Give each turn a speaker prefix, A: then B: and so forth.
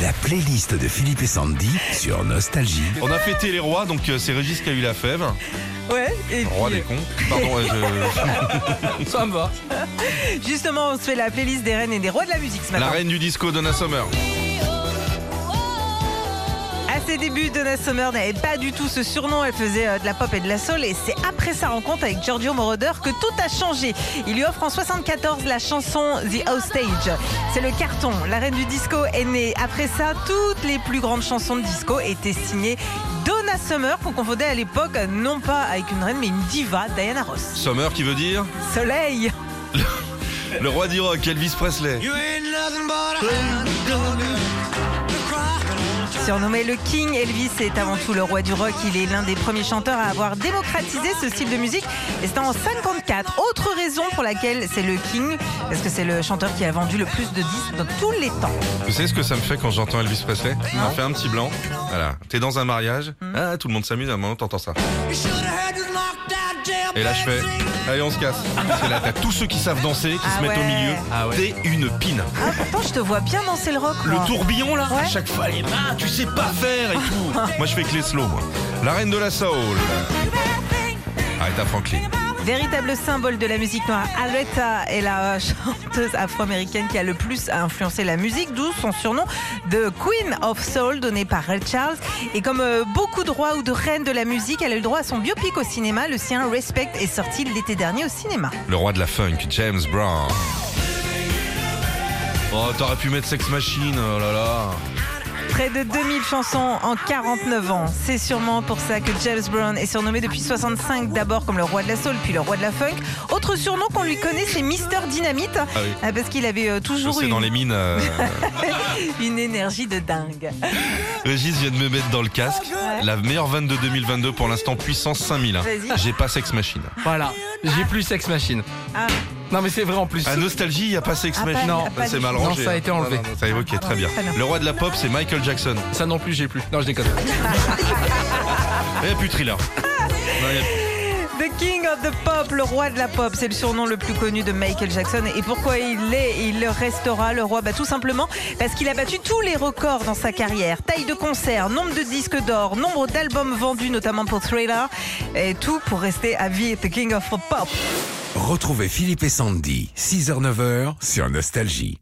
A: La playlist de Philippe et Sandy sur Nostalgie.
B: On a fêté les rois, donc euh, c'est Régis qui a eu la fève.
C: Ouais, et
B: Roi
C: puis,
B: des cons. Pardon, ouais, je-
D: Ça me va.
C: justement, on se fait la playlist des reines et des rois de la musique ce
B: la
C: matin.
B: reine du disco, Donna Summer.
C: À ses débuts, Donna Summer n'avait pas du tout ce surnom. Elle faisait euh, de la pop et de la soul. Et c'est après sa rencontre avec Giorgio Moroder que tout a changé. Il lui offre en 74 la chanson The Hostage. C'est le carton. La reine du disco est née. Après ça, toutes les plus grandes chansons de disco étaient signées Donna Summer, qu'on confondait à l'époque non pas avec une reine, mais une diva, Diana Ross.
B: Summer qui veut dire
C: Soleil
B: le roi du rock, Elvis Presley.
C: Surnommé le King, Elvis est avant tout le roi du rock. Il est l'un des premiers chanteurs à avoir démocratisé ce style de musique. Et c'est en 54. Autre raison pour laquelle c'est le King, parce que c'est le chanteur qui a vendu le plus de disques dans tous les temps.
B: Vous savez ce que ça me fait quand j'entends Elvis Presley Ça me fait un petit blanc. Voilà. T'es dans un mariage.
D: Hmm.
B: Ah, tout le monde s'amuse à un moment, t'entends ça. Et là, je fais. Allez, on se casse. Parce que là, t'as tous ceux qui savent danser, qui
C: Ah
B: se mettent au
C: ouais.
B: milieu.
D: Ah ouais.
B: T'es une pine.
C: Ah, pourtant, je te vois bien danser le rock.
B: Le
C: moi.
B: tourbillon, là, à
C: Ah. Ouais.
B: chaque fois, les mains, tu sais pas faire et tout. moi, je fais que les slow, moi. La reine de la soul. Arrête à Franklin.
C: Véritable symbole de la musique noire, Aletta est la euh, chanteuse afro-américaine qui a le plus influencé la musique, d'où son surnom de Queen of Soul donné par Ray Charles. Et comme euh, beaucoup de rois ou de reines de la musique, elle a eu le droit à son biopic au cinéma. Le sien Respect est sorti l'été dernier au cinéma.
B: Le roi de la funk, James Brown. Oh, t'aurais pu mettre Sex Machine, oh là là.
C: Près de 2000 chansons en 49 ans. C'est sûrement pour ça que James Brown est surnommé depuis 65 d'abord comme le roi de la soul, puis le roi de la funk. Autre surnom qu'on lui connaît, c'est Mister Dynamite,
B: Ah oui.
C: euh, parce qu'il avait euh,
B: Je
C: toujours
B: sais,
C: eu
B: dans les mines. euh,
C: une énergie de dingue.
B: Régis vient de me mettre dans le casque. La meilleure vanne de 2022 pour l'instant, puissance 5000. hein.
C: Vas-y.
B: J'ai pas Sex Machine.
D: Voilà. J'ai plus Sex Machine.
C: Ah.
D: Non, mais c'est vrai en plus.
B: À Nostalgie, y a pas Sex
C: Ah, pas-
B: Machine.
D: Non,
C: pas
B: c'est
C: du
B: mal
D: tout. Non,
B: rangé. hein.
D: ça a été enlevé.
B: ça évoquait, très bien.
C: Ah, Très bien.
B: Le roi de la pop, c'est Michael Jackson.
D: Ça non plus, j'ai plus. Non, je déconne.
C: Ah.
B: Et y a plus thriller. Eh, Non, y a-
C: The King of the Pop, le roi de la pop, c'est le surnom le plus connu de Michael Jackson. Et pourquoi il est et il le restera le roi bah, Tout simplement parce qu'il a battu tous les records dans sa carrière. Taille de concert, nombre de disques d'or, nombre d'albums vendus, notamment pour Thriller, et tout pour rester à vie The King of the Pop.
A: Retrouvez Philippe et Sandy, 6h-9h sur Nostalgie.